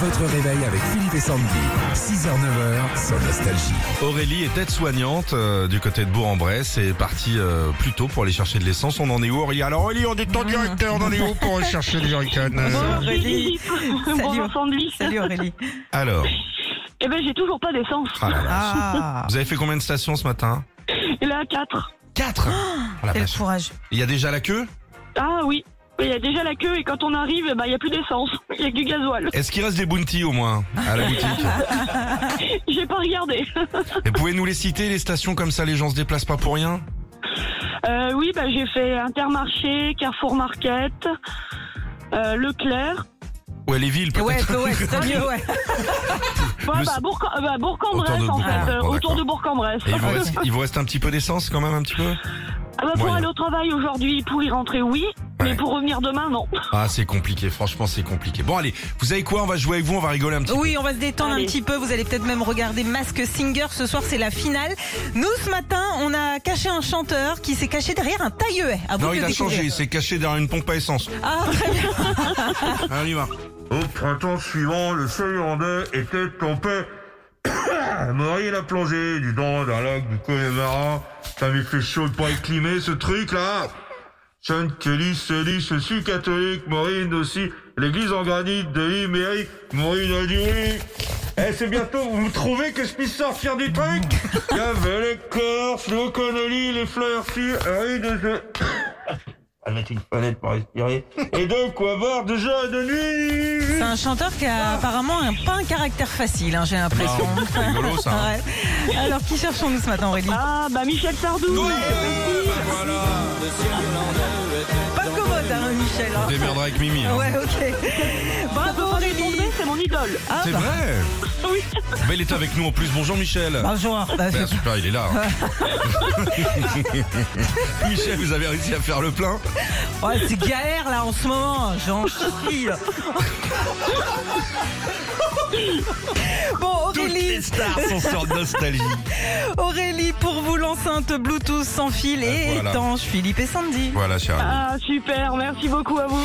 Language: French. Votre réveil avec Philippe et Sandy. 6h-9h sur Nostalgie. Aurélie est aide-soignante euh, du côté de Bourg-en-Bresse et est partie euh, plus tôt pour aller chercher de l'essence. On en est où, Aurélie Alors, Aurélie, on Ah. est en direct, euh, on en est où pour aller chercher le jerrycan Euh, Bonjour Aurélie. Philippe. Bonjour Sandy. Salut Aurélie. Alors, Eh ben j'ai toujours pas d'essence. ah là là. Ah, vous avez fait combien de stations ce matin Et là, 4. Quatre Oh la Ah, quel vache. courage. Il y a déjà la queue Ah oui. Il y a déjà la queue et quand on arrive, eh ben, il n'y a plus d'essence. Il y a que du gasoil. Est-ce qu'il reste des bounties au moins à la boutique Ah. J'ai pas regardé. Et pouvez nous les citer, les stations, comme ça les gens se déplacent pas pour rien Euh, oui, bah, j'ai fait Intermarché, Carrefour Market, euh, Leclerc. Ouais, les villes Ouais, peut-être. ouais, c'est mieux, ouais. Ouais, Le- bah, Bourg- euh, bah, Autour Bourg-en-Bresse, de en Bourg-en-Bresse, fait. euh, bon, autour d'accord. de Bourg-en-Bresse. Et il vous, reste, il vous reste un petit peu d'essence quand même, un petit peu Ah, bah, pour moyen. aller au travail aujourd'hui, pour y rentrer, oui. Ouais. Mais pour revenir demain, non. Ah, c'est compliqué, franchement, c'est compliqué. Bon, allez, vous avez quoi On va jouer avec vous, on va rigoler un petit peu. Oui, on va se détendre Allez. un petit peu. Vous allez peut-être même regarder Mask Singer. Ce soir, c'est la finale. Nous, ce matin, on a caché un chanteur qui s'est caché derrière un tailleuet. À vous Non, de il le a découvrir. changé, il s'est caché derrière une pompe à essence. Ah, très bien. Allez, on y va. Au printemps suivant, le Seylandais était tombé. Maurice l'a plongé du don d'un lac du Connemara. Ça m'est fait chaud de pas éclimer ce truc là. Sean Kelly se dit, je suis catholique, Maureen aussi, l'église en granit de l'Imérique, Maureen a dit oui. Eh, c'est bientôt, vous trouvez que je puisse sortir du truc Il y avait les Corses, le Connolly, les fleurs sur, Harry de jeu. Ah, mettre une fenêtre pour respirer. Et de quoi boire déjà de nuit C'est un chanteur qui Ah. a apparemment un, pas un caractère facile, hein, j'ai l'impression. Non, c'est rigolo, ça, hein. Ouais. Alors, qui cherchons-nous ce matin, Aurélie Ah, bah, Michel Sardou. Ah, Eh, Bah, Pas commode, hein, Michel. hein. On démerdera avec Mimi. hein. Ouais, ok. Bravo, Aurélie. Tomber, c'est mon idole. Ah, C'est bah, vrai Oui. Mais il est avec nous en plus. Bonjour Michel. Bonjour. Bah, Ben, super, il est là. hein. Ah. Michel, vous avez réussi à faire le plein Ouais, Oh, c'est galère là en ce moment, j'en chie. là. bon, Aurélie, stars sont sur nostalgie. Aurélie, pour vous, l'enceinte Bluetooth sans fil et voilà. étanche, Philippe et Sandy. Voilà, chérie. Ah, super. Merci beaucoup à vous.